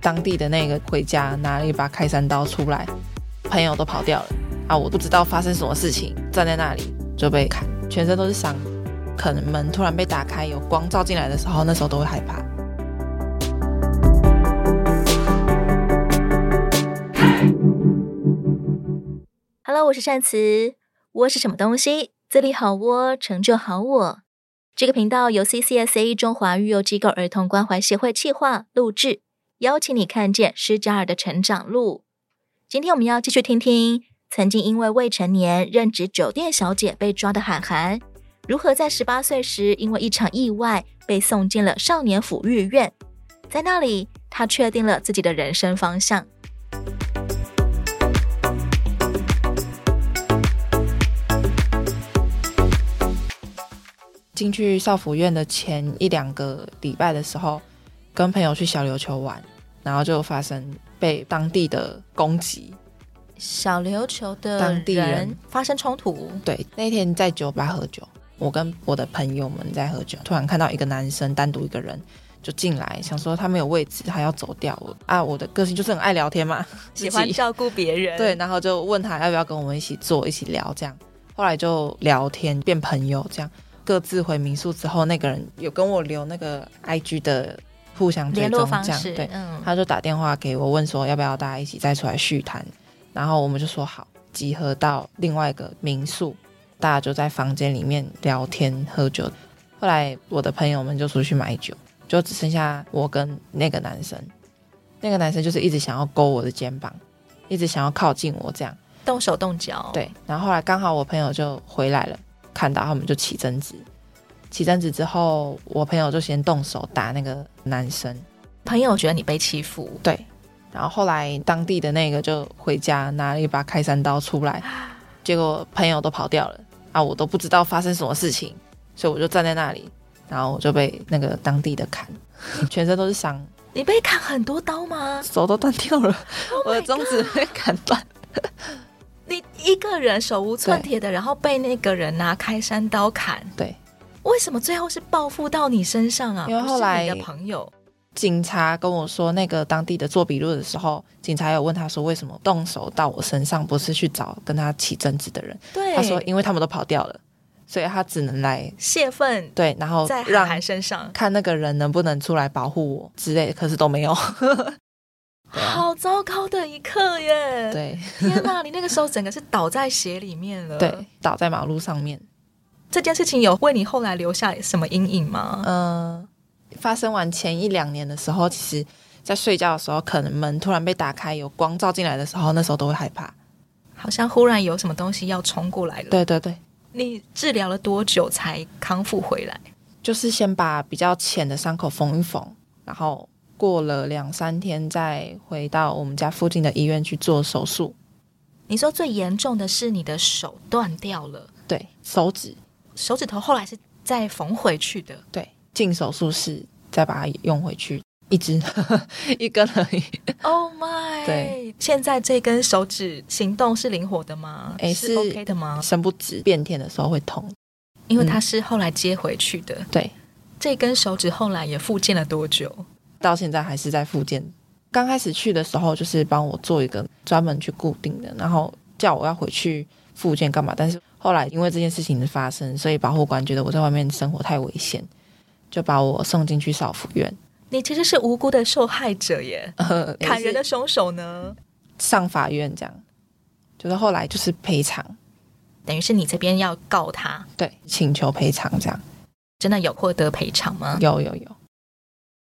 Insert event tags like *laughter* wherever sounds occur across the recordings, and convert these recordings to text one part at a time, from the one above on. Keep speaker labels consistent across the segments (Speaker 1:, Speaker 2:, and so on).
Speaker 1: 当地的那个回家拿了一把开山刀出来，朋友都跑掉了啊！我不知道发生什么事情，站在那里就被砍，全身都是伤。可能门突然被打开，有光照进来的时候，那时候都会害怕。
Speaker 2: Hello，我是善慈。窝是什么东西？自立好窝，成就好我。这个频道由 CCSA 中华育幼机构儿童关怀协会企划录制，邀请你看见施加尔的成长路。今天我们要继续听听曾经因为未成年任职酒店小姐被抓的韩寒，如何在十八岁时因为一场意外被送进了少年抚育院，在那里他确定了自己的人生方向。
Speaker 1: 进去少府院的前一两个礼拜的时候，跟朋友去小琉球玩，然后就发生被当地的攻击。
Speaker 2: 小琉球的
Speaker 1: 当地人
Speaker 2: 发生冲突，
Speaker 1: 对，那天在酒吧喝酒，我跟我的朋友们在喝酒，突然看到一个男生单独一个人就进来，想说他没有位置，他要走掉我啊，我的个性就是很爱聊天嘛， *laughs*
Speaker 2: 喜
Speaker 1: 自
Speaker 2: 欢
Speaker 1: 己
Speaker 2: 照顾别人，
Speaker 1: 对，，然后就问他要不要跟我们一起坐，一起聊这样。后来就聊天变朋友，这样各自回民宿之后，那个人有跟我留那个 IG 的互相追
Speaker 2: 联
Speaker 1: 踪
Speaker 2: 络方
Speaker 1: 这样
Speaker 2: 式，
Speaker 1: 对，
Speaker 2: 嗯，
Speaker 1: 他就打电话给我问说要不要大家一起再出来续谈，然后我们就说好，集合到另外一个民宿，大家就在房间里面聊天喝酒。后来我的朋友们就出去买酒，就只剩下我跟那个男生，那个男生就是一直想要勾我的肩膀，一直想要靠近我这样。
Speaker 2: 动手动脚，，
Speaker 1: 对，然后后来刚好我朋友就回来了，看到他们就起争执，起争执之后，我朋友就先动手打那个男生。
Speaker 2: 朋友觉得你被欺负，
Speaker 1: 对，然后后来当地的那个就回家拿了一把开山刀出
Speaker 2: *gasps*
Speaker 1: 来，结果朋友都跑掉了啊，我都不知道发生什么事情，所以我就站在那里，然后我就被那个当地的砍， *laughs* 全身都是伤，
Speaker 2: 你被砍很多刀吗？
Speaker 1: 手都断掉
Speaker 2: *laughs*
Speaker 1: 了，我的
Speaker 2: Oh my
Speaker 1: 中指被砍断。
Speaker 2: 你一个人手无寸铁的，然后被那个人拿开山刀砍，
Speaker 1: 对，
Speaker 2: 为什么最后是报复到你身上啊？
Speaker 1: 因为
Speaker 2: 不是
Speaker 1: 后来
Speaker 2: 你的朋友
Speaker 1: 警察跟我说，那个当地的做笔录的时候，警察有问他说，为什么动手到我身上，不是去找跟他起争执的人？
Speaker 2: 对
Speaker 1: 他说，因为他们都跑掉了，所以他只能来
Speaker 2: 泄愤
Speaker 1: 对，然后
Speaker 2: 在韩
Speaker 1: 哦让
Speaker 2: 寒身上，
Speaker 1: 看那个人能不能出来保护我之类的，可是都 *laughs* 没有。对啊
Speaker 2: 好糟糕的一刻耶！
Speaker 1: 对
Speaker 2: 天哪，你那个时候整个是倒在血里面了。
Speaker 1: 对，，倒在马路上面。
Speaker 2: 这件事情有为你后来留下什么阴影吗？
Speaker 1: 嗯、发生完前一两年的时候，其实在睡觉的时候，可能门突然被打开，有光照进来的时候，那时候都会害怕。
Speaker 2: 好像忽然有什么东西要冲过来了。
Speaker 1: 对对对，
Speaker 2: 你治疗了多久才康复回来？
Speaker 1: 就是先把比较浅的伤口缝一缝，然后过了两三天再回到我们家附近的医院去做手术。
Speaker 2: 你说最严重的是你的手断掉了，
Speaker 1: 对，手指
Speaker 2: 手指头后来是再缝回去的。
Speaker 1: 对进手术室，再把它用回去，一只 *laughs* 一根而已。
Speaker 2: Oh my！
Speaker 1: 对，
Speaker 2: 现在这根手指行动是灵活的吗？
Speaker 1: 诶
Speaker 2: 是
Speaker 1: 是
Speaker 2: OK 的吗？
Speaker 1: 伸不直，变天的时候会痛。
Speaker 2: 因为它是后来接回去的。
Speaker 1: 对，
Speaker 2: 这根手指后来也复健了多久？
Speaker 1: 到现在还是在复健。刚开始去的时候，就是帮我做一个专门去固定的，然后叫我要回去复健干嘛。但是后来因为这件事情的发生，所以保护官觉得我在外面生活太危险，就把我送进去少妇院。 *laughs*
Speaker 2: 你其实是无辜的受害者耶，
Speaker 1: 呃，
Speaker 2: 砍人
Speaker 1: 也
Speaker 2: 的
Speaker 1: 是
Speaker 2: 凶手呢？
Speaker 1: 上法院这样，就是后来就是赔偿，
Speaker 2: 等于是你这边要告他，
Speaker 1: 对，请求赔偿这样。
Speaker 2: 真的有获得赔偿吗？
Speaker 1: 有有有，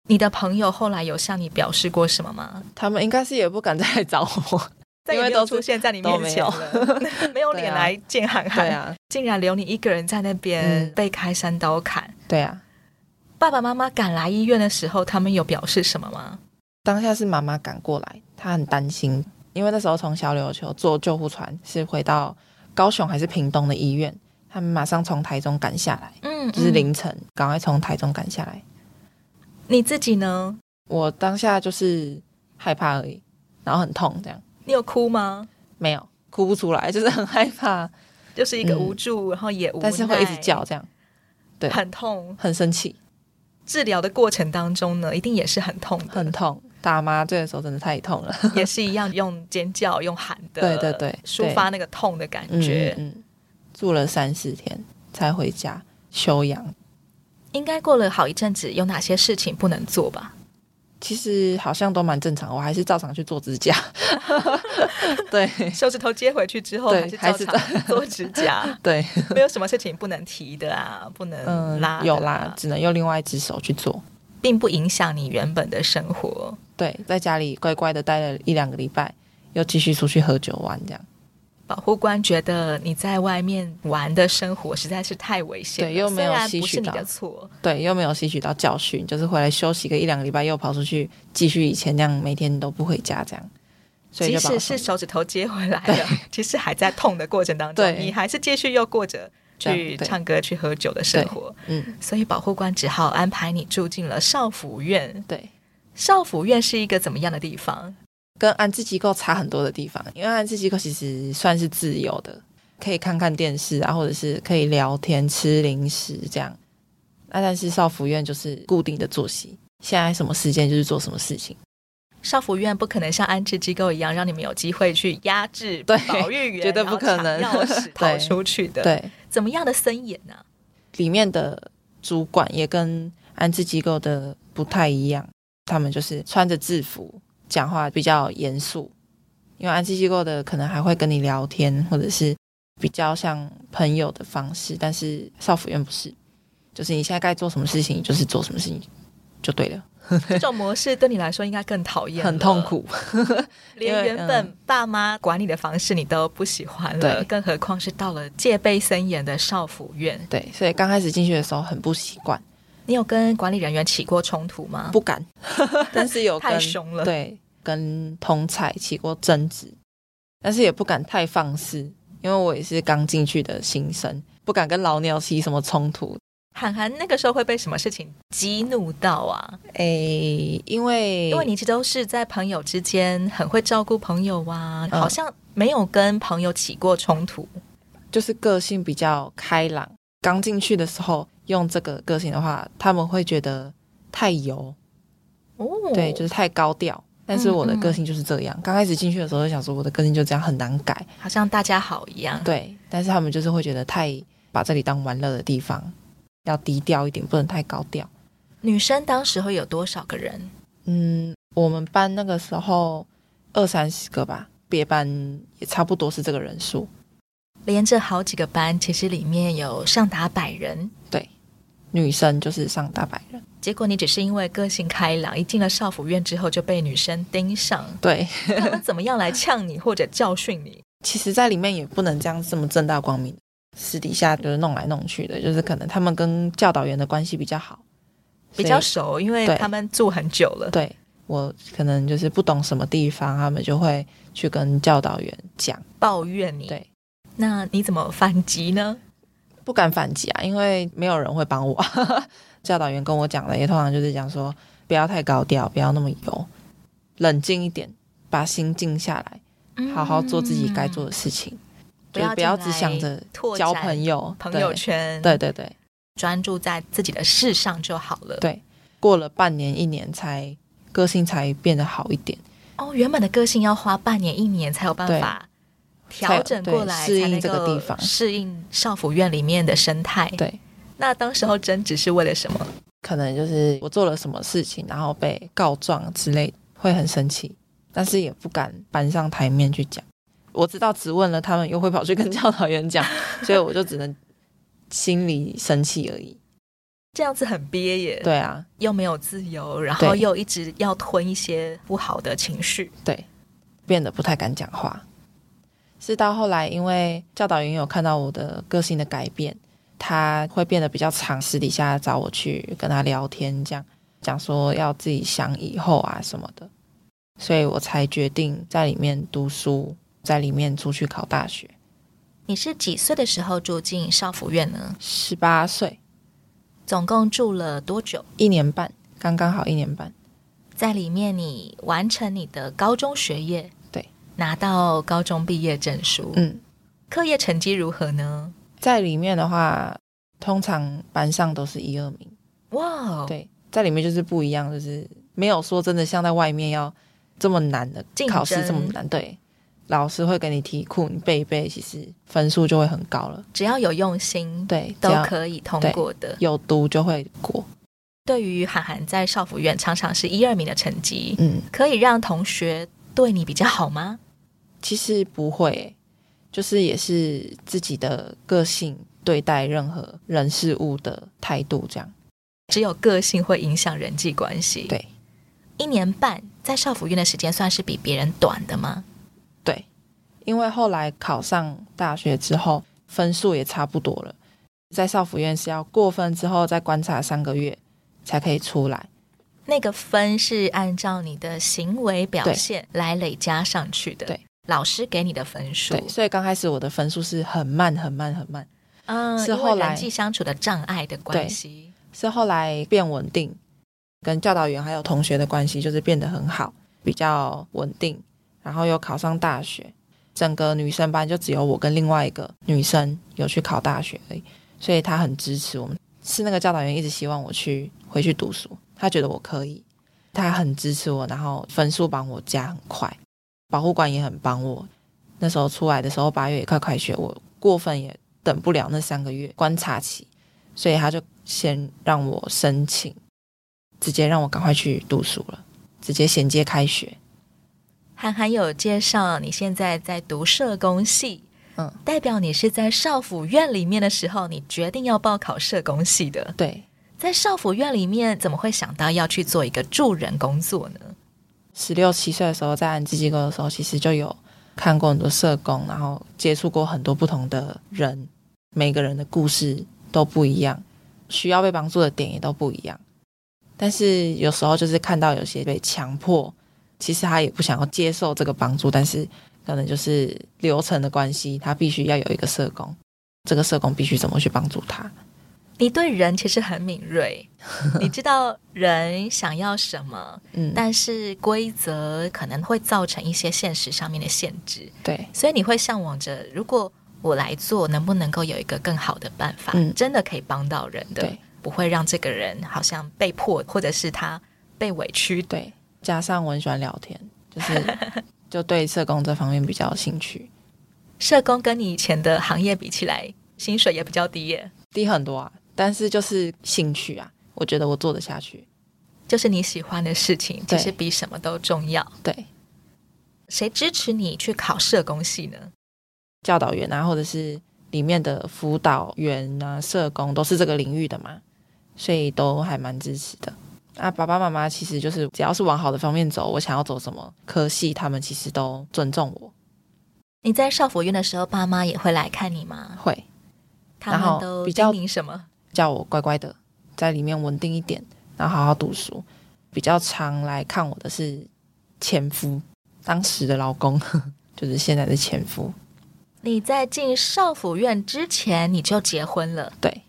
Speaker 2: 你的朋友后来有向你表示过什么吗？
Speaker 1: 他们应该是也不敢再来找我。 *laughs*
Speaker 2: 再也
Speaker 1: 因为
Speaker 2: 没有
Speaker 1: 都是
Speaker 2: 出现在你面前
Speaker 1: 都
Speaker 2: 了， *laughs* 没有脸来见涵涵，
Speaker 1: 啊对啊，
Speaker 2: 竟然留你一个人在那边
Speaker 1: 嗯
Speaker 2: 被开山刀砍。
Speaker 1: 对啊，
Speaker 2: 爸爸妈妈赶来医院的时候，他们有表示什么吗？
Speaker 1: 当下是妈妈赶过来，她很担心，因为那时候从小琉球坐救护船是回到高雄还是屏东的医院，他们马上从台中赶下来，
Speaker 2: 嗯，
Speaker 1: 就是
Speaker 2: 嗯。
Speaker 1: 凌晨，赶快从台中赶下来。
Speaker 2: 你自己呢？
Speaker 1: 我当下就是害怕而已，然后很痛，这样
Speaker 2: 你有哭吗？
Speaker 1: 没有哭不出来，就是很害怕，
Speaker 2: 就是一个
Speaker 1: 嗯
Speaker 2: 无助，然后也无奈，
Speaker 1: 但是会一直，叫这样，对
Speaker 2: 很痛。
Speaker 1: 很生气，
Speaker 2: 治疗的过程当中呢，一定也是很痛的。
Speaker 1: 很痛，打麻醉的时候真的太痛了。
Speaker 2: 也是一样用尖叫、用喊的，
Speaker 1: 对对对
Speaker 2: 抒发那个痛的感觉。
Speaker 1: 嗯嗯，住了三四天才回家休养。
Speaker 2: 应该过了好一阵子，有哪些事情不能做吧？
Speaker 1: 其实好像都蛮正常，我还是照常去做指甲。对
Speaker 2: *laughs* 手指头接回去之后，
Speaker 1: 对
Speaker 2: 还是
Speaker 1: 还
Speaker 2: 照
Speaker 1: 是
Speaker 2: 常做指甲，
Speaker 1: *laughs* 对，
Speaker 2: 没有什么事情不能提的啊，不能
Speaker 1: 嗯，
Speaker 2: 拉、
Speaker 1: 有啦，，只能用另外一只手去做。
Speaker 2: 并不影响你原本的生活。
Speaker 1: 对，在家里乖乖的待了一两个礼拜，又继续出去喝酒玩这样。
Speaker 2: 保护官觉得你在外面玩的生活实在是太危险了，
Speaker 1: 对又没有
Speaker 2: 虽然
Speaker 1: 吸
Speaker 2: 不
Speaker 1: 取
Speaker 2: 是你
Speaker 1: 到
Speaker 2: 的错，
Speaker 1: 对，又没有吸取到教训，就是回来休息个一两个礼拜，又跑出去继续以前那样，每天都不回家这样。所以
Speaker 2: 即
Speaker 1: 就把
Speaker 2: 使是手指头接回来了， *laughs* 其实还在痛的过程当中，
Speaker 1: 对
Speaker 2: 你还是继续又过着去
Speaker 1: 对对
Speaker 2: 唱歌、去喝酒的生活。
Speaker 1: 嗯，
Speaker 2: 所以保护官只好安排你住进了少府院。
Speaker 1: 对，
Speaker 2: 少府院是一个怎么样的地方？
Speaker 1: 跟安置机构差很多的地方，因为安置机构其实算是自由的，可以看看电视啊，或者是可以聊天、吃零食这样。那但是少府院就是固定的作息，现在什么时间就是做什么事情，
Speaker 2: 少府院不可能像安置机构一样，让你们有机会去压制
Speaker 1: 对
Speaker 2: 保育员，
Speaker 1: 绝对
Speaker 2: 然后
Speaker 1: 不可能
Speaker 2: 抢钥匙跑
Speaker 1: 对
Speaker 2: 出去的。，
Speaker 1: 对。
Speaker 2: 怎么样的森严呢、
Speaker 1: 里面的主管也跟安置机构的不太一样，他们就是穿着制服，讲话比较严肃，因为安置机构的可能还会跟你聊天，或者是比较像朋友的方式，但是少府院不是，就是你现在该做什么事情，你就是做什么事情就对
Speaker 2: *laughs*
Speaker 1: 了，
Speaker 2: 这种模式对你来说应该更讨厌，
Speaker 1: 很痛，苦。嗯
Speaker 2: 连原本爸妈管你的方式你都不喜欢了，
Speaker 1: 对
Speaker 2: 更何况是到了戒备森严的少府院。
Speaker 1: 对，所以刚开始进去的时候很不习惯，
Speaker 2: 你有跟管理人员起过冲突吗？
Speaker 1: 不敢， *laughs* 但是有跟
Speaker 2: 太凶 *laughs* 了。
Speaker 1: 对，跟同彩起过争执，但是也不敢太放肆，因为我也是刚进去的新生，不敢跟老鸟起什么冲突。
Speaker 2: 涵涵那个时候会被什么事情激怒到啊？
Speaker 1: 诶，因为
Speaker 2: 因为你一直都是在朋友之间很会照顾朋友啊，
Speaker 1: 嗯
Speaker 2: 好像没有跟朋友起过冲突。
Speaker 1: 就是个性比较开朗，刚进去的时候用这个个性的话，他们会觉得太油，
Speaker 2: 哦
Speaker 1: 对，就是太高调。但是我的
Speaker 2: 嗯嗯
Speaker 1: 个性就是这样，刚开始进去的时候就想说我的个性就这样很难改，
Speaker 2: 好像大家好一样。
Speaker 1: 对。但是他们就是会觉得太把这里当玩乐的地方，要低调一点，不能太高调。
Speaker 2: 女生当时会有多少个人？
Speaker 1: 嗯，我们班那个时候二三十个吧，别班也差不多是这个人数。
Speaker 2: 连着好几个班，其实里面有上达百人。
Speaker 1: 女生就是上大白人，，
Speaker 2: 结果你只是因为个性开朗，一进了少府院之后就被女生盯上
Speaker 1: 对，
Speaker 2: 他们怎么
Speaker 1: *laughs*
Speaker 2: 样来呛你或者教训你？
Speaker 1: 其实，在里面也不能这样这么正大光明，私底下就是弄来弄去的，就是可能他们跟教导员的关系比较好，
Speaker 2: 比较
Speaker 1: 所
Speaker 2: 熟，因为
Speaker 1: 对
Speaker 2: 他们住很久了
Speaker 1: 以。对我可能就是不懂什么地方，他们就会去跟教导员讲，
Speaker 2: 抱怨你。
Speaker 1: 对，
Speaker 2: 那你怎么反击呢？
Speaker 1: 不敢反击啊，因为没有人会帮我。 *laughs* 教导员跟我讲的也通常就是讲说，不要太高调，不要那么油，冷静一点，把心静下来，好好做自己该做的事情，
Speaker 2: 嗯不
Speaker 1: 就
Speaker 2: 要
Speaker 1: 是不要
Speaker 2: 进
Speaker 1: 只
Speaker 2: 来
Speaker 1: 想着
Speaker 2: 嗯拓
Speaker 1: 交
Speaker 2: 展
Speaker 1: 朋友、
Speaker 2: 朋友
Speaker 1: 对
Speaker 2: 圈，，
Speaker 1: 对对对，
Speaker 2: 专注在自己的事上就好了。
Speaker 1: 对过了半年一年才个性才变得好一点，
Speaker 2: 哦，原本的个性要花半年、一年才有办法调整过来，
Speaker 1: 对
Speaker 2: 才能
Speaker 1: 适应这个地方
Speaker 2: 够适应少府院里面的生态。
Speaker 1: 对。
Speaker 2: 那当时候争执是为了什么？
Speaker 1: 可能就是我做了什么事情，然后被告状之类，会很生气，但是也不敢搬上台面去讲。我知道质问了，他们又会跑去跟教导员讲，所以我就只能心里生气而已。
Speaker 2: 这样子很憋耶，
Speaker 1: 对啊，
Speaker 2: 又没有自由，然后
Speaker 1: 对
Speaker 2: 又一直要吞一些不好的情绪。
Speaker 1: 对，变得不太敢讲话。是到后来，因为教导员有看到我的个性的改变，他会变得比较常私底下找我去跟他聊天，这样讲说要自己想以后啊什么的，所以我才决定在里面读书，在里面出去考大学。
Speaker 2: 你是几岁的时候住进少府院呢？
Speaker 1: 十八岁，
Speaker 2: 总共住了多久？
Speaker 1: 一年半，刚刚好一年半。
Speaker 2: 在里面你完成你的高中学业，
Speaker 1: 对，
Speaker 2: 拿到高中毕业证书。
Speaker 1: 嗯，
Speaker 2: 课业成绩如何呢？
Speaker 1: 在里面的话，通常班上都是一二名。
Speaker 2: 哇、哦，
Speaker 1: 对，在里面就是不一样，就是没有说真的像在外面要这么难的
Speaker 2: 竞
Speaker 1: 考试
Speaker 2: 争
Speaker 1: 这么难。对，老师会给你题库，你背一背，其实分数就会很高了。
Speaker 2: 只要有用心，
Speaker 1: 对，
Speaker 2: 都
Speaker 1: 只要
Speaker 2: 可以通
Speaker 1: 对
Speaker 2: 过的。
Speaker 1: 有读就会过。
Speaker 2: 对于涵涵在少府院常常是一二名的成绩，
Speaker 1: 嗯，
Speaker 2: 可以让同学对你比较好吗？
Speaker 1: 其实不会欸、就是也是自己的个性对待任何人事物的态度这样。
Speaker 2: 只有个性会影响人际关系。
Speaker 1: 对，
Speaker 2: 一年半在少府院的时间算是比别人短的吗？
Speaker 1: 对，因为后来考上大学之后，分数也差不多了，在少府院是要过分之后再观察三个月才可以出来。
Speaker 2: 那个分是按照你的行为表
Speaker 1: 对
Speaker 2: 现来累加上去的。
Speaker 1: 对，
Speaker 2: 老师给你的分数
Speaker 1: 对，，所以刚开始我的分数是很慢很慢很慢，
Speaker 2: 嗯，
Speaker 1: 是
Speaker 2: 因为
Speaker 1: 后来
Speaker 2: 人际相处的障碍的关系。
Speaker 1: 是后来变稳定，跟教导员还有同学的关系就是变得很好，比较稳定，然后又考上大学，整个女生班就只有我跟另外一个女生有去考大学而已，所以她很支持我们。是那个教导员一直希望我去回去读书，他觉得我可以，他很支持我，然后分数帮我加很快，保护官也很帮我。那时候出来的时候，八月也快开学，我过分也等不了那三个月观察期，所以他就先让我申请，直接让我赶快去读书了，直接衔接开学。
Speaker 2: 涵涵有介绍，你现在在读社工系，
Speaker 1: 嗯，
Speaker 2: 代表你是在少府院里面的时候，你决定要报考社工系的。
Speaker 1: 对，
Speaker 2: 在少府院里面，怎么会想到要去做一个助人工作呢？
Speaker 1: 十六七岁的时候在安置机构的时候，其实就有看过很多社工，然后接触过很多不同的人，每个人的故事都不一样，需要被帮助的点也都不一样。但是有时候就是看到有些被强迫，其实他也不想要接受这个帮助，但是可能就是流程的关系，他必须要有一个社工，这个社工必须怎么去帮助他。
Speaker 2: 你对人其实很敏锐，你知道人想要什么，
Speaker 1: 嗯，
Speaker 2: 但是规则可能会造成一些现实上面的限制，
Speaker 1: 对，
Speaker 2: 所以你会向往着，如果我来做，能不能够有一个更好的办法，
Speaker 1: 嗯
Speaker 2: 真的可以帮到人的
Speaker 1: 对，
Speaker 2: 不会让这个人好像被迫，或者是他被委屈的。
Speaker 1: 对，加上我很喜欢聊天，就是就对社工这方面比较有兴趣，
Speaker 2: 社工跟你以前的行业比起来，薪水也比较低耶，
Speaker 1: 低很多啊。但是就是兴趣啊，我觉得我做得下去。
Speaker 2: 就是你喜欢的事情，其
Speaker 1: 对
Speaker 2: 实比什么都重要。
Speaker 1: 对，
Speaker 2: 谁支持你去考社工系呢？
Speaker 1: 教导员啊，或者是里面的辅导员啊、社工都是这个领域的嘛，所以都还蛮支持的。啊，爸爸妈妈其实就是只要是往好的方面走，我想要走什么科系，他们其实都尊重我。
Speaker 2: 你在少府院的时候，爸妈也会来看你吗？
Speaker 1: 会
Speaker 2: 他
Speaker 1: 然
Speaker 2: 们
Speaker 1: 后
Speaker 2: 都
Speaker 1: 比较
Speaker 2: 叮咛什么？
Speaker 1: 叫我乖乖的在里面稳定一点，然后好好读书。比较常来看我的是前夫，当时的老公， *laughs* 就是现在的前夫。
Speaker 2: 你在进少府院之前你就结婚了，
Speaker 1: 对，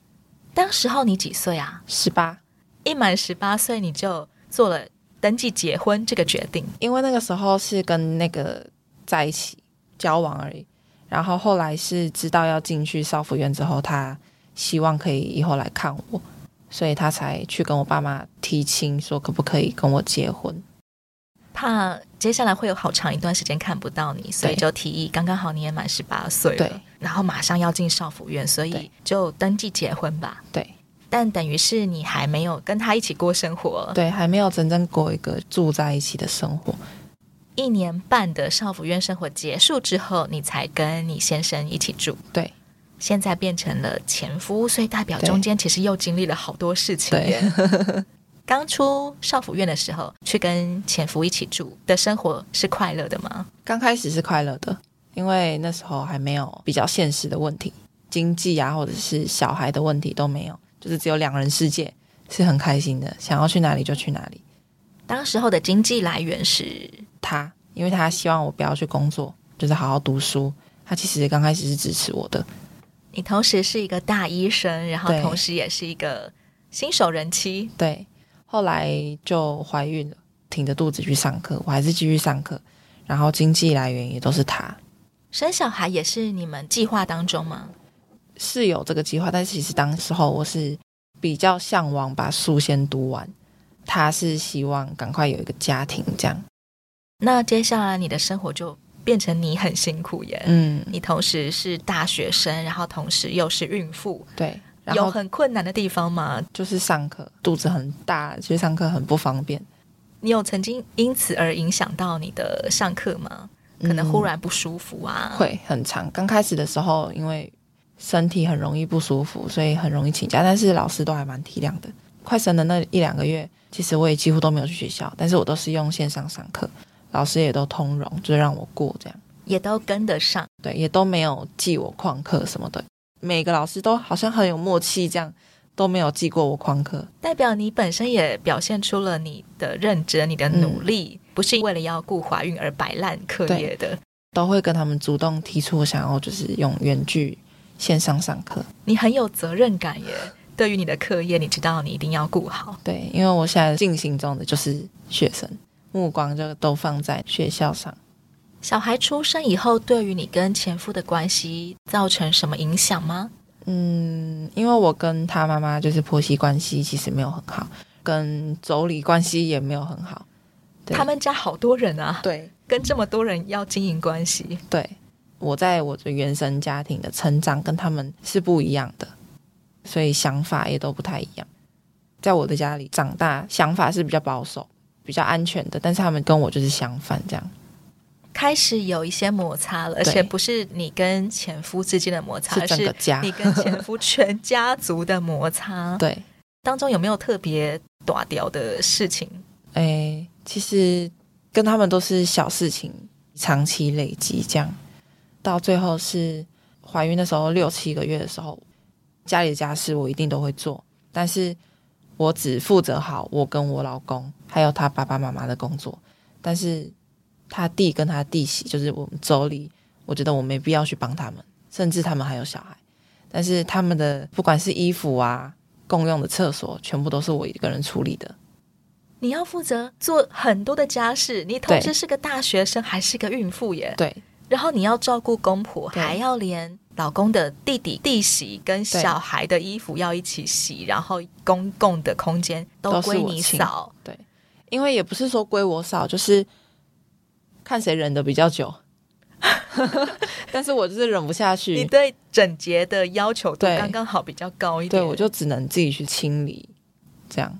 Speaker 2: 当时候你几岁啊？
Speaker 1: 十八，
Speaker 2: 一满十八岁你就做了登记结婚这个决定，
Speaker 1: 因为那个时候是跟那个在一起交往而已，然后后来是知道要进去少府院之后，他希望可以以后来看我，所以他才去跟我爸妈提亲，说可不可以跟我结婚。
Speaker 2: 怕接下来会有好长一段时间看不到你，所以就提议刚刚好你也满十八岁了
Speaker 1: 对，
Speaker 2: 然后马上要进少府院，所以
Speaker 1: 对
Speaker 2: 就登记结婚吧。
Speaker 1: 对
Speaker 2: 但等于是你还没有跟他一起过生活，
Speaker 1: 对，还没有真正过一个住在一起的生活。
Speaker 2: 一年半的少府院生活结束之后，你才跟你先生一起住。
Speaker 1: 对，
Speaker 2: 现在变成了前夫，所以代表
Speaker 1: 对
Speaker 2: 中间其实又经历了好多事情
Speaker 1: 对
Speaker 2: 耶。 *laughs* 刚出少府院的时候，去跟前夫一起住的生活是快乐的吗？
Speaker 1: 刚开始是快乐的，因为那时候还没有比较现实的问题，经济啊或者是小孩的问题都没有，就是只有两人世界，是很开心的，想要去哪里就去哪里。
Speaker 2: 当时候的经济来源是
Speaker 1: 他因为他希望我不要去工作，就是好好读书。他其实刚开始是支持我的，
Speaker 2: 你同时是一个大医生，然后
Speaker 1: 对
Speaker 2: 同时也是一个新手人妻，
Speaker 1: 对。后来就怀孕了，挺着肚子去上课，我还是继续上课，然后经济来源也都是他。
Speaker 2: 生小孩也是你们计划当中吗？
Speaker 1: 是有这个计划，但是其实当时候我是比较向往把书先读完，他是希望赶快有一个家庭这样。
Speaker 2: 那接下来你的生活就变成你很辛苦耶。
Speaker 1: 嗯，
Speaker 2: 你同时是大学生，然后同时又是孕妇，
Speaker 1: 对。然
Speaker 2: 有
Speaker 1: 后
Speaker 2: 很困难的地方吗？
Speaker 1: 就是上课肚子很大，其实上课很不方便，
Speaker 2: 你有曾经因此而影响到你的上课吗？可能
Speaker 1: 嗯
Speaker 2: 忽然不舒服啊，
Speaker 1: 会很长。刚开始的时候，因为身体很容易不舒服，所以很容易请假，但是老师都还蛮体谅的。快生的那一两个月，其实我也几乎都没有去学校，但是我都是用线上上课，老师也都通融，就让我过这样。
Speaker 2: 也都跟得上。
Speaker 1: 对，也都没有记我旷课什么的，每个老师都好像很有默契，这样都没有记过我旷课。
Speaker 2: 代表你本身也表现出了你的认真、你的
Speaker 1: 嗯
Speaker 2: 努力，不是为了要顾怀孕而摆烂课业的。
Speaker 1: 都会跟他们主动提出我想要就是用远距线上上课。
Speaker 2: 你很有责任感耶，对于你的课业，你知道你一定要顾好。
Speaker 1: 对，因为我现在进行中的就是学生，目光就都放在学校上。
Speaker 2: 小孩出生以后，对于你跟前夫的关系造成什么影响吗？
Speaker 1: 嗯，因为我跟他妈妈就是婆媳关系其实没有很好，跟妯娌关系也没有很好。对
Speaker 2: 他们家好多人啊，
Speaker 1: 对
Speaker 2: 跟这么多人要经营关系，
Speaker 1: 对，我在我的原生家庭的成长跟他们是不一样的，所以想法也都不太一样。在我的家里长大，想法是比较保守、比较安全的，但是他们跟我就是相反这样。
Speaker 2: 开始有一些摩擦了，而且不是你跟前夫之间的摩擦，
Speaker 1: 是整个家
Speaker 2: 而是你跟前夫全家族的摩
Speaker 1: *laughs* 。
Speaker 2: 擦
Speaker 1: 对，
Speaker 2: 当中有没有特别打掉的事情？
Speaker 1: 哎、其实跟他们都是小事情，长期累积这样，到最后是怀孕的时候六七个月的时候，家里的家事我一定都会做，但是我只负责好我跟我老公还有他爸爸妈妈的工作，但是他弟跟他弟媳就是我们妯娌，我觉得我没必要去帮他们，甚至他们还有小孩，但是他们的不管是衣服啊、共用的厕所，全部都是我一个人处理的。
Speaker 2: 你要负责做很多的家事，你同时
Speaker 1: 对
Speaker 2: 是个大学生，还是个孕妇耶。
Speaker 1: 对，
Speaker 2: 然后你要照顾公婆，
Speaker 1: 对
Speaker 2: 还要连老公的弟弟、弟媳跟小孩的衣服要一起洗，然后公共的空间都
Speaker 1: 都是
Speaker 2: 归
Speaker 1: 我
Speaker 2: 你
Speaker 1: 清
Speaker 2: 扫。
Speaker 1: 因为也不是说归我少，就是看谁忍的比较久。 *laughs* 但是我就是忍不下
Speaker 2: 你
Speaker 1: 去，
Speaker 2: 对整洁的要求度
Speaker 1: 对
Speaker 2: 刚刚好比较高一点。
Speaker 1: 对我就只能自己去清理，这样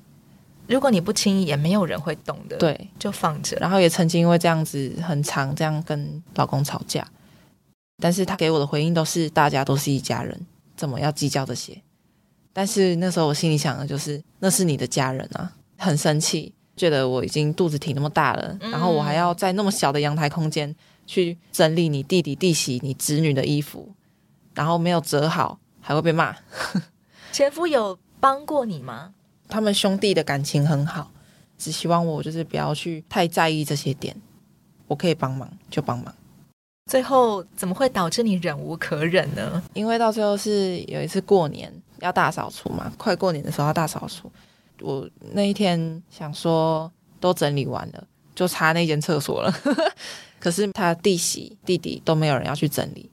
Speaker 2: 如果你不轻易，也没有人会懂的。，
Speaker 1: 对。
Speaker 2: 就放着。
Speaker 1: 然后也曾经因为这样子很长，这样跟老公吵架，但是他给我的回应都是大家都是一家人，怎么要计较这些？但是那时候我心里想的就是，那是你的家人啊，很生气，觉得我已经肚子挺那么大了，
Speaker 2: 嗯
Speaker 1: 然后我还要在那么小的阳台空间去整理你弟弟、弟媳、你侄女的衣服，然后没有折好还会被骂。
Speaker 2: 前夫有帮过你吗？
Speaker 1: 他们兄弟的感情很好，只希望我就是不要去太在意这些点，我可以帮忙就帮忙。
Speaker 2: 最后怎么会导致你忍无可忍呢？
Speaker 1: 因为到最后是有一次过年要大扫除嘛，快过年的时候要大扫除，我那一天想说都整理完了，就差那间厕所了。 *laughs* 可是他弟媳弟弟都没有人要去整理，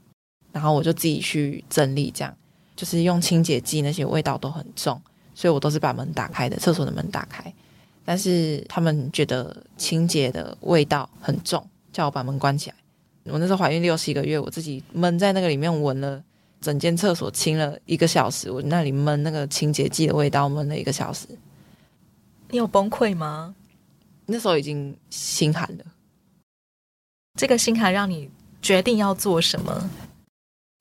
Speaker 1: 然后我就自己去整理，这样就是用清洁剂，那些味道都很重，所以我都是把门打开的，厕所的门打开。但是他们觉得清洁的味道很重，叫我把门关起来。我那时候怀孕六七个月，我自己闷在那个里面闻了整间厕所清了一个小时，我那里闷那个清洁剂的味道闷了一个小时，
Speaker 2: 你有崩溃吗？
Speaker 1: 那时候已经心寒了。
Speaker 2: 这个心寒让你决定要做什么？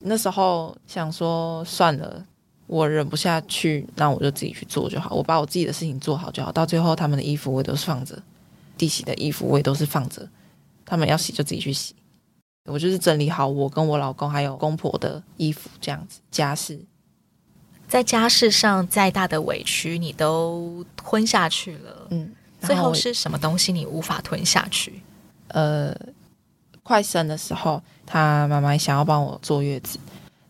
Speaker 1: 那时候想说算了，我忍不下去，那我就自己去做就好，我把我自己的事情做好就好。到最后，他们的衣服我也都是放着，弟媳的衣服我也都是放着，他们要洗就自己去洗。我就是整理好我跟我老公还有公婆的衣服这样子，家事
Speaker 2: 在家事上再大的委屈，你都吞下去了。
Speaker 1: 嗯，然
Speaker 2: 最
Speaker 1: 我
Speaker 2: 后是什么东西你无法吞下去？
Speaker 1: 呃，快生的时候，他妈妈想要帮我坐月子，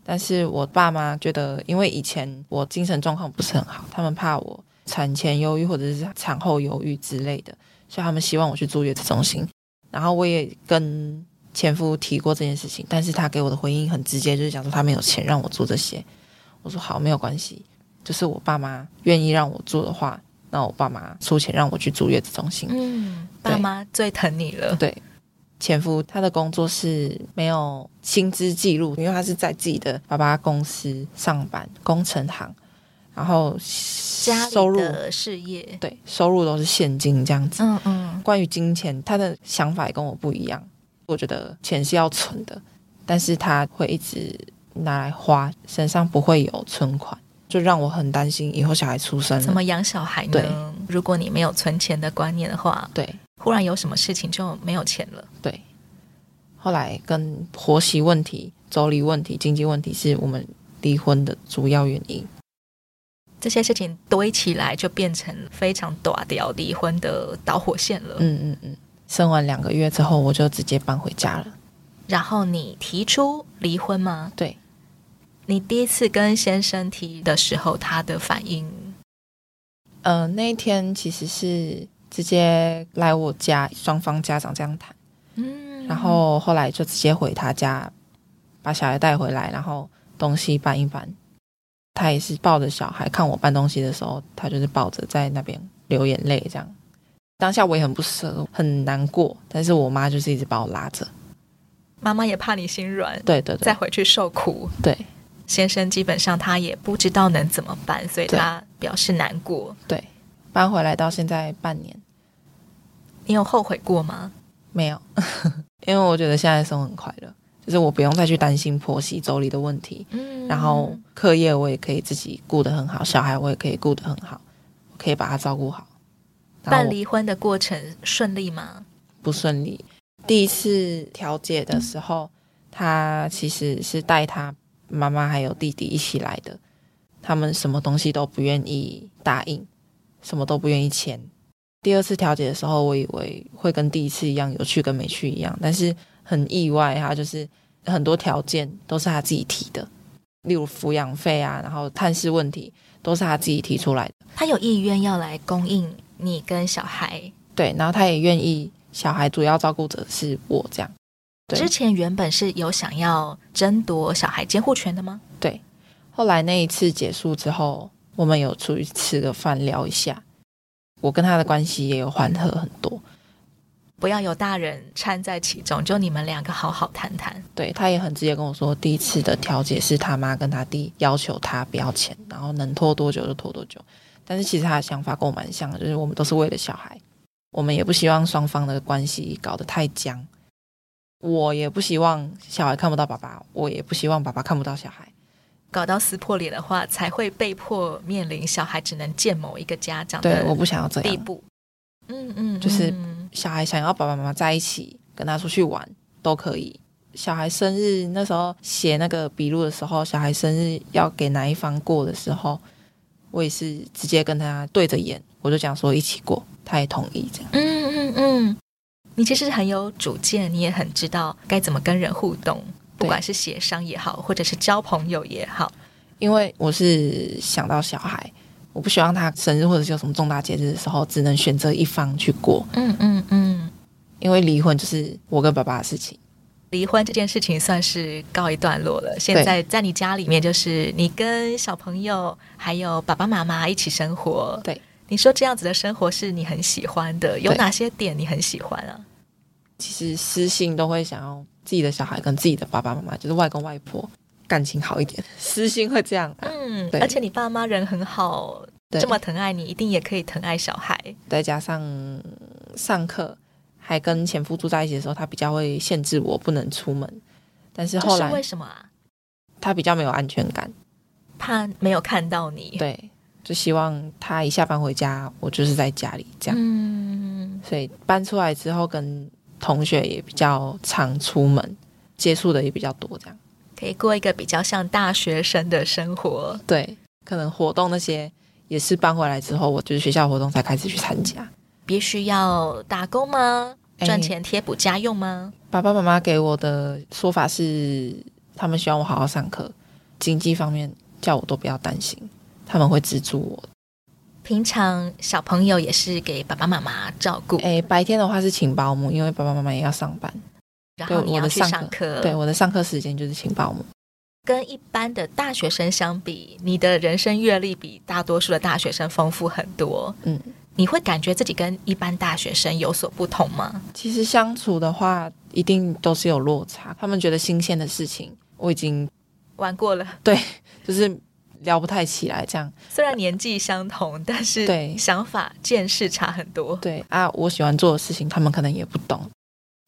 Speaker 1: 但是我爸妈觉得，因为以前我精神状况不是很好，他们怕我产前忧郁或者是产后忧郁之类的，所以他们希望我去坐月子中心。然后我也跟前夫提过这件事情，但是他给我的回应很直接，就是讲说他没有钱让我做这些。我说好，没有关系，就是我爸妈愿意让我做的话，那我爸妈出钱让我去住月子中心。
Speaker 2: 嗯，爸
Speaker 1: 对
Speaker 2: 妈最疼你了。
Speaker 1: 对，前夫他的工作是没有薪资记录，因为他是在自己的爸爸公司上班，工程行，然后
Speaker 2: 家
Speaker 1: 收
Speaker 2: 里
Speaker 1: 入
Speaker 2: 的事业，
Speaker 1: 对收入都是现金这样子。
Speaker 2: 嗯嗯，
Speaker 1: 关于金钱，他的想法也跟我不一样。我觉得钱是要存的，但是他会一直拿来花，身上不会有存款，就让我很担心以后小孩出生
Speaker 2: 怎
Speaker 1: 了。
Speaker 2: 么养小孩
Speaker 1: 对
Speaker 2: 呢？如果你没有存钱的观念的话，
Speaker 1: 对
Speaker 2: 忽然有什么事情就没有钱了。
Speaker 1: 对，后来跟婆媳问题、妯娌问题、经济问题是我们离婚的主要原因。
Speaker 2: 这些事情堆起来，就变成非常大条离婚的导火线了。
Speaker 1: 嗯嗯嗯，生完两个月之后，我就直接搬回家了。
Speaker 2: 然后你提出离婚吗？
Speaker 1: 对，
Speaker 2: 你第一次跟先生提的时候，他的反应，
Speaker 1: 呃，那一天其实是直接来我家，双方家长这样谈。
Speaker 2: 嗯
Speaker 1: 然后后来就直接回他家，把小孩带回来，然后东西搬一搬。他也是抱着小孩，看我搬东西的时候，他就是抱着在那边流眼泪这样。当下我也很不舍，很难过，但是我妈就是一直把我拉着。
Speaker 2: 妈妈也怕你心软，
Speaker 1: 对对
Speaker 2: 再
Speaker 1: 对
Speaker 2: 回去受苦。
Speaker 1: 对
Speaker 2: 先生基本上他也不知道能怎么办，所以
Speaker 1: 对
Speaker 2: 他表示难过。
Speaker 1: 对，搬回来到现在半年
Speaker 2: 你有后悔过吗？
Speaker 1: 没有， *laughs* 因为我觉得现在生活很快乐，就是我不用再去担心婆媳妯娌的问题，
Speaker 2: 嗯
Speaker 1: 然后课业我也可以自己顾得很好，小孩我也可以顾得很好，我可以把他照顾好。然后
Speaker 2: 办
Speaker 1: 我
Speaker 2: 离婚的过程顺利吗？
Speaker 1: 不顺利，第一次调解的时候，他其实是带他妈妈还有弟弟一起来的，他们什么东西都不愿意答应，什么都不愿意签。第二次调解的时候，我以为会跟第一次一样有去跟没去一样，但是很意外，他就是很多条件都是他自己提的，例如抚养费啊，然后探视问题都是他自己提出来的。
Speaker 2: 他有意愿要来供应你跟小孩。
Speaker 1: 对，然后他也愿意小孩主要照顾者是我这样。对
Speaker 2: 之前原本是有想要争夺小孩监护权的吗？
Speaker 1: 后来那一次结束之后，我们有出去吃个饭聊一下，我跟他的关系也有缓和很多。
Speaker 2: 不要有大人掺在其中，就你们两个好好谈谈。
Speaker 1: 对，他也很直接跟我说，第一次的调解是他妈跟他弟要求他不要钱，然后能拖多久就拖多久。但是其实他的想法跟我蛮像的，就是我们都是为了小孩，我们也不希望双方的关系搞得太僵。我也不希望小孩看不到爸爸，我也不希望爸爸看不到小孩。
Speaker 2: 搞到撕破脸的话，才会被迫面临小孩只能见某一个家长
Speaker 1: 对，我
Speaker 2: 的
Speaker 1: 不想要这
Speaker 2: 地
Speaker 1: 样。
Speaker 2: 步。嗯嗯，
Speaker 1: 就是
Speaker 2: 嗯
Speaker 1: 小孩想要爸爸妈妈在一起，跟他出去玩都可以。小孩生日那时候写那个笔录的时候，小孩生日要给哪一方过的时候，我也是直接跟他对着演，我就讲说一起过，他也同意这样。
Speaker 2: 嗯嗯嗯，你其实很有主见，你也很知道该怎么跟人互动，不
Speaker 1: 对
Speaker 2: 管是协商也好，或者是交朋友也好。
Speaker 1: 因为我是想到小孩，我不希望他生日或者是有什么重大节日的时候，只能选择一方去过，
Speaker 2: 嗯嗯嗯，
Speaker 1: 因为离婚就是我跟爸爸的事情。
Speaker 2: 离婚这件事情算是告一段落了。现在在你家里面，就是你跟小朋友还有爸爸妈妈一起生活。
Speaker 1: 对，
Speaker 2: 你说这样子的生活是你很喜欢的，有
Speaker 1: 对
Speaker 2: 哪些点你很喜欢啊？
Speaker 1: 其实私心都会想要自己的小孩跟自己的爸爸妈妈，就是外公外婆感情好一点，私心会这样、啊。
Speaker 2: 嗯，
Speaker 1: 对
Speaker 2: 而且你爸妈人很好，
Speaker 1: 对
Speaker 2: 这么疼爱你，一定也可以疼爱小孩。
Speaker 1: 再加上上课还跟前夫住在一起的时候，他比较会限制我不能出门，但是
Speaker 2: 这
Speaker 1: 后
Speaker 2: 是为
Speaker 1: 来
Speaker 2: 什么啊？
Speaker 1: 他比较没有安全感，
Speaker 2: 怕没有看到你。
Speaker 1: 对，就希望他一下班回家，我就是在家里这样。
Speaker 2: 嗯，
Speaker 1: 所以搬出来之后，跟同学也比较常出门，接触的也比较多，这样
Speaker 2: 可以过一个比较像大学生的生活。
Speaker 1: 对，可能活动那些也是搬回来之后，我就是学校活动才开始去参加。
Speaker 2: 必须要打工吗？
Speaker 1: 哎
Speaker 2: 赚钱贴补家用吗？
Speaker 1: 爸爸妈妈给我的说法是，他们希望我好好上课，经济方面叫我都不要担心，他们会资助我。
Speaker 2: 平常小朋友也是给爸爸妈妈照顾，
Speaker 1: 诶，白天的话是请保姆，因为爸爸妈妈也要上班。
Speaker 2: 然后
Speaker 1: 对
Speaker 2: 你
Speaker 1: 我
Speaker 2: 要
Speaker 1: 的
Speaker 2: 去
Speaker 1: 上
Speaker 2: 上课，
Speaker 1: 对，我的上课时间就是请保姆。
Speaker 2: 跟一般的大学生相比，你的人生阅历比大多数的大学生丰富很多。
Speaker 1: 嗯，
Speaker 2: 你会感觉自己跟一般大学生有所不同吗？
Speaker 1: 其实相处的话，一定都是有落差。他们觉得新鲜的事情，我已经
Speaker 2: 玩过了， *laughs*
Speaker 1: 就是聊不太起来这样。
Speaker 2: 虽然年纪相同，但是
Speaker 1: 对
Speaker 2: 想法见识差很多。
Speaker 1: 对啊，我喜欢做的事情，他们可能也不懂。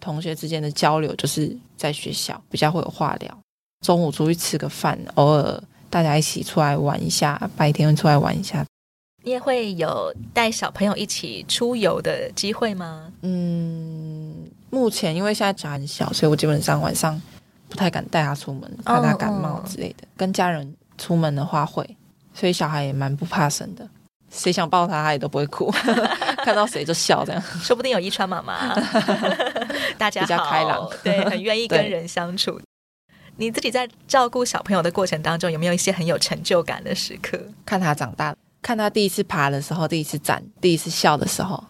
Speaker 1: 同学之间的交流就是在学校比较会有话聊，中午出去吃个饭，偶尔大家一起出来玩一下，白天出来玩一下。
Speaker 2: 你也会有带小朋友一起出游的机会吗？
Speaker 1: 嗯，目前因为现在小孩很小，所以我基本上晚上不太敢带他出门，怕他感冒之类的。跟家人出门的话会，所以小孩也蛮不怕生的。谁想抱他，他也都不会哭， *laughs* 看到谁就笑这样。
Speaker 2: 说不定有遗传
Speaker 1: *laughs*
Speaker 2: 妈妈，大家好
Speaker 1: 比较开朗
Speaker 2: 对，很愿意跟
Speaker 1: 对
Speaker 2: 人相处。你自己在照顾小朋友的过程当中，有没有一些很有成就感的时刻？
Speaker 1: 看他长大，看他第一次爬的时候，第一次站，第一次笑的时候，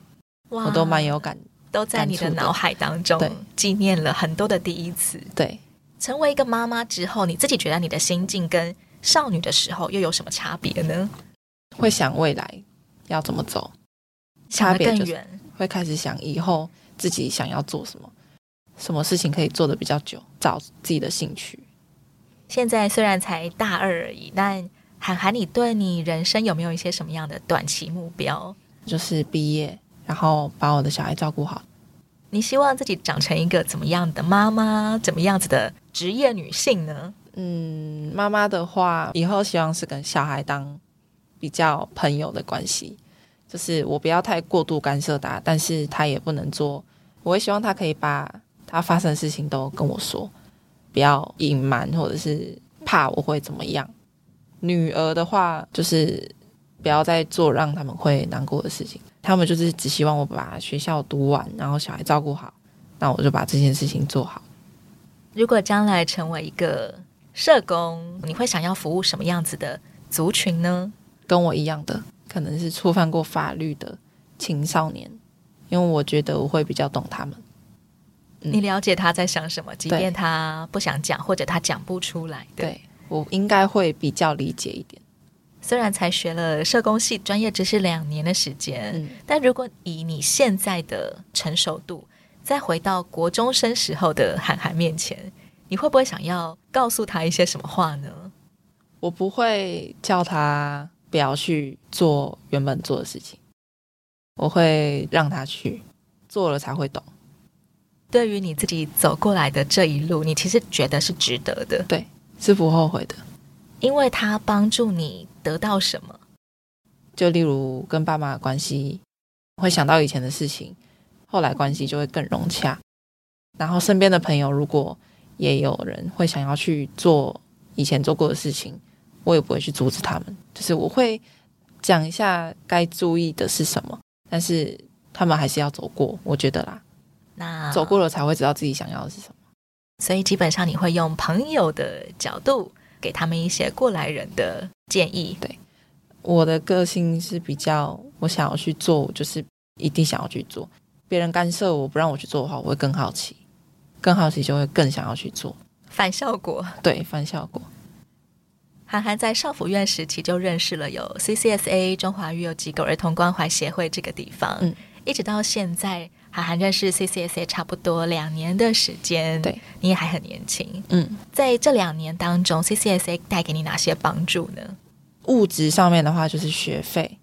Speaker 2: 哇
Speaker 1: 我都蛮有感。
Speaker 2: 都在你的
Speaker 1: 感触的
Speaker 2: 脑海当中
Speaker 1: 对
Speaker 2: 纪念了很多的第一次。
Speaker 1: 对，
Speaker 2: 成为一个妈妈之后，你自己觉得你的心境跟少女的时候又有什么差别呢？
Speaker 1: 会想未来要怎么走，
Speaker 2: 想
Speaker 1: 差
Speaker 2: 得
Speaker 1: 别就
Speaker 2: 更
Speaker 1: 是
Speaker 2: 远，
Speaker 1: 会开始想以后自己想要做什么，什么事情可以做的比较久，找自己的兴趣。
Speaker 2: 现在虽然才大二而已，但涵涵，你对你人生有没有一些什么样的短期目标？
Speaker 1: 就是毕业，然后把我的小孩照顾好。
Speaker 2: 你希望自己长成一个怎么样的妈妈，怎么样子的职业女性呢？
Speaker 1: 嗯，妈妈的话，以后希望是跟小孩当比较朋友的关系，就是我不要太过度干涉他，但是他也不能做。我会希望他可以把他发生的事情都跟我说，不要隐瞒或者是怕我会怎么样。女儿的话，就是不要再做让他们会难过的事情。他们就是只希望我把学校读完，然后小孩照顾好，那我就把这件事情做好。
Speaker 2: 如果将来成为一个社工，你会想要服务什么样子的族群呢？
Speaker 1: 跟我一样的，可能是触犯过法律的青少年，因为我觉得我会比较懂他们。嗯
Speaker 2: 你了解他在想什么，即
Speaker 1: 对
Speaker 2: 便他不想讲，或者他讲不出来的。
Speaker 1: 对我应该会比较理解一点。
Speaker 2: 虽然才学了社工系专业，只是两年的时间，
Speaker 1: 嗯
Speaker 2: 但如果以你现在的成熟度，再回到国中生时候的涵涵面前，你会不会想要告诉他一些什么话呢？
Speaker 1: 我不会叫他不要去做原本做的事情，我会让他去做了才会懂。
Speaker 2: 对于你自己走过来的这一路，你其实觉得是值得的，
Speaker 1: 是不后悔的。
Speaker 2: 因为他帮助你得到什么。
Speaker 1: 就例如跟爸妈的关系，会想到以前的事情，后来关系就会更融洽。然后身边的朋友如果也有人会想要去做以前做过的事情，我也不会去阻止他们，就是我会讲一下该注意的是什么，但是他们还是要走过，我觉得啦，
Speaker 2: 那
Speaker 1: 走过了才会知道自己想要的是什么。
Speaker 2: 所以基本上你会用朋友的角度给他们一些过来人的建议。
Speaker 1: 我的个性是比较，我想要去做，我就是一定想要去做。别人干涉我不让我去做的话，我会更好奇，更好奇就会更想要去做。
Speaker 2: 反效果。
Speaker 1: 对，反效果。
Speaker 2: 韩寒在少府院时期就认识了有 CCSA 中华育幼机构儿童关怀协会这个地方，
Speaker 1: 嗯
Speaker 2: 一直到现在，韩寒认识 CCSA 差不多两年的时间，
Speaker 1: 对，
Speaker 2: 你也还很年轻，
Speaker 1: 嗯，
Speaker 2: 在这两年当中，CCSA 带给你哪些帮助呢？
Speaker 1: 物质上面的话就是学费，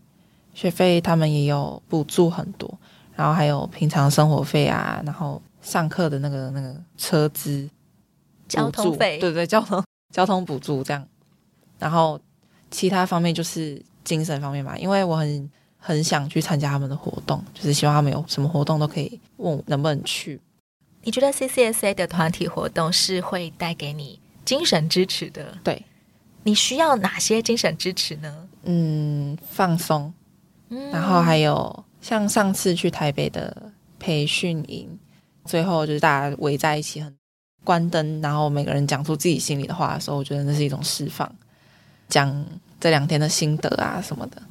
Speaker 1: 学费他们也有补助很多，然后还有平常生活费啊，然后上课的那个那个车资，
Speaker 2: 交
Speaker 1: 补
Speaker 2: 通
Speaker 1: 助
Speaker 2: 费，
Speaker 1: 对对，交通 *laughs* 交通补助这样。然后其他方面就是精神方面嘛，因为我很很想去参加他们的活动，就是希望他们有什么活动都可以问我能不能去。
Speaker 2: 你觉得 CCSA 的团体活动是会带给你精神支持的？
Speaker 1: 对，
Speaker 2: 你需要哪些精神支持呢？
Speaker 1: 嗯，放松，
Speaker 2: 嗯
Speaker 1: 然后还有像上次去台北的培训营，最后就是大家围在一起很关灯，然后每个人讲出自己心里的话的时候，我觉得那是一种释放，讲这两天的心得啊什么的。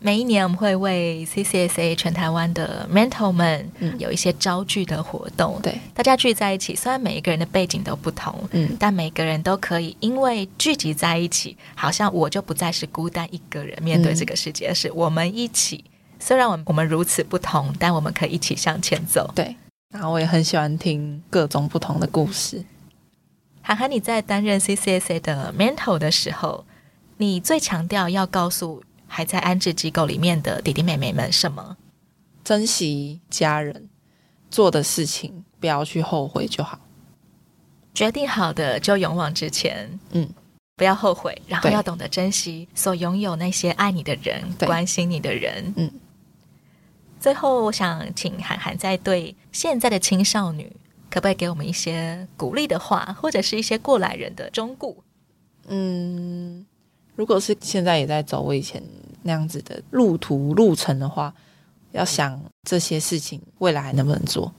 Speaker 2: 每一年我们会为 CCSA 全台湾的 mentor 们
Speaker 1: 嗯
Speaker 2: 有一些招聚的活动，
Speaker 1: 对，
Speaker 2: 大家聚在一起，虽然每一个人的背景都不同，
Speaker 1: 嗯，
Speaker 2: 但每个人都可以因为聚集在一起，好像我就不再是孤单一个人面对这个世
Speaker 1: 嗯
Speaker 2: 界，是我们一起。虽然我们我们如此不同，但我们可以一起向前走。
Speaker 1: 对。然后我也很喜欢听各种不同的故事。
Speaker 2: 韩寒，你在担任 CCSA 的 mentor 的时候，你最强调要告诉还在安置机构里面的弟弟妹妹们什么？
Speaker 1: 珍惜家人做的事情，不要去后悔就好。
Speaker 2: 决定好的就勇往直前，
Speaker 1: 嗯，
Speaker 2: 不要后悔，然后
Speaker 1: 对
Speaker 2: 要懂得珍惜所拥有那些爱你的人、
Speaker 1: 对
Speaker 2: 关心你的人。
Speaker 1: 嗯，
Speaker 2: 最后我想请涵涵再对现在的青少女，可不可以给我们一些鼓励的话，或者是一些过来人的忠告？
Speaker 1: 嗯，如果是现在也在走我以前那样子的路途路程的话，要想这些事情未来还能不能做。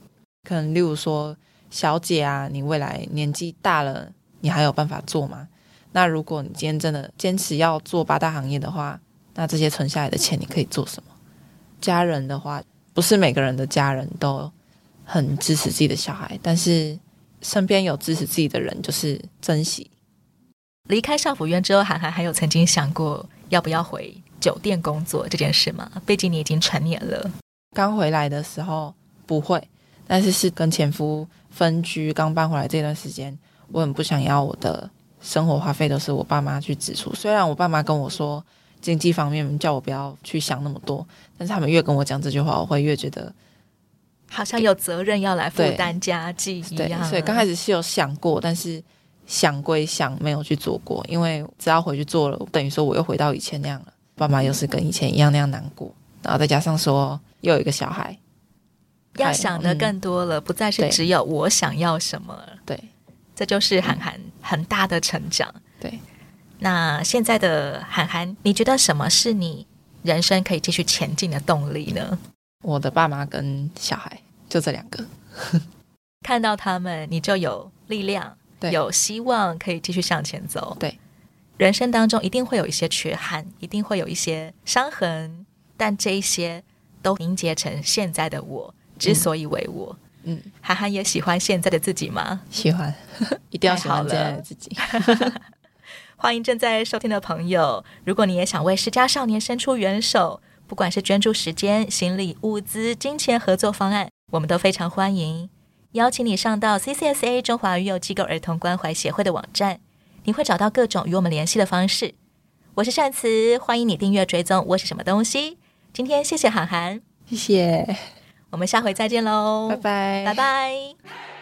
Speaker 1: 可能例如说，小姐啊，你未来年纪大了，你还有办法做吗？那如果你今天真的坚持要做八大行业的话，那这些存下来的钱你可以做什么？家人的话，不是每个人的家人都很支持自己的小孩，但是身边有支持自己的人，就是珍惜
Speaker 2: 离开少府院之后，涵涵还有曾经想过要不要回酒店工作这件事吗？毕竟你已经成年了。
Speaker 1: 刚回来的时候不会，但是是跟前夫分居，刚搬回来这段时间，我很不想要我的生活花费都是我爸妈去支出。虽然我爸妈跟我说经济方面叫我不要去想那么多，但是他们越跟我讲这句话，我会越觉得
Speaker 2: 好像有责任要来负
Speaker 1: 对
Speaker 2: 担家计一
Speaker 1: 对
Speaker 2: 样，，啊
Speaker 1: 所以刚开始是有想过，但是想归想，没有去做过，因为只要回去做了，等于说我又回到以前那样了。爸妈又是跟以前一样那样难过，然后再加上说又有一个小孩，
Speaker 2: 要想的
Speaker 1: 嗯
Speaker 2: 更多了，不再是
Speaker 1: 对
Speaker 2: 只有我想要什么，
Speaker 1: 对
Speaker 2: 这就是涵涵很大的成长。
Speaker 1: 对。
Speaker 2: 那现在的涵涵，你觉得什么是你人生可以继续前进的动力呢？
Speaker 1: 我的爸妈跟小孩就这两个， *laughs*
Speaker 2: 看到他们，你就有力量，
Speaker 1: 对
Speaker 2: 有希望可以继续向前走。
Speaker 1: 对，
Speaker 2: 人生当中一定会有一些缺憾，一定会有一些伤痕，但这一些都凝结成现在的我，之所以为我。
Speaker 1: 嗯，
Speaker 2: 涵涵也喜欢现在的自己吗？
Speaker 1: 喜欢， *laughs* 一定要喜欢
Speaker 2: 太好了
Speaker 1: 现在的自己。
Speaker 2: 欢迎正在收听的朋友，如果你也想为失家少年伸出援手，不管是捐助时间、心理、物资、金钱合作方案，我们都非常欢迎。邀请你上到 CCSA 中华育幼机构儿童关怀协会的网站，你会找到各种与我们联系的方式。我是善慈，欢迎你订阅追踪我是什么东西。今天谢谢涵涵，
Speaker 1: 谢谢，
Speaker 2: 我们下回再见喽，
Speaker 1: 拜拜，
Speaker 2: 拜拜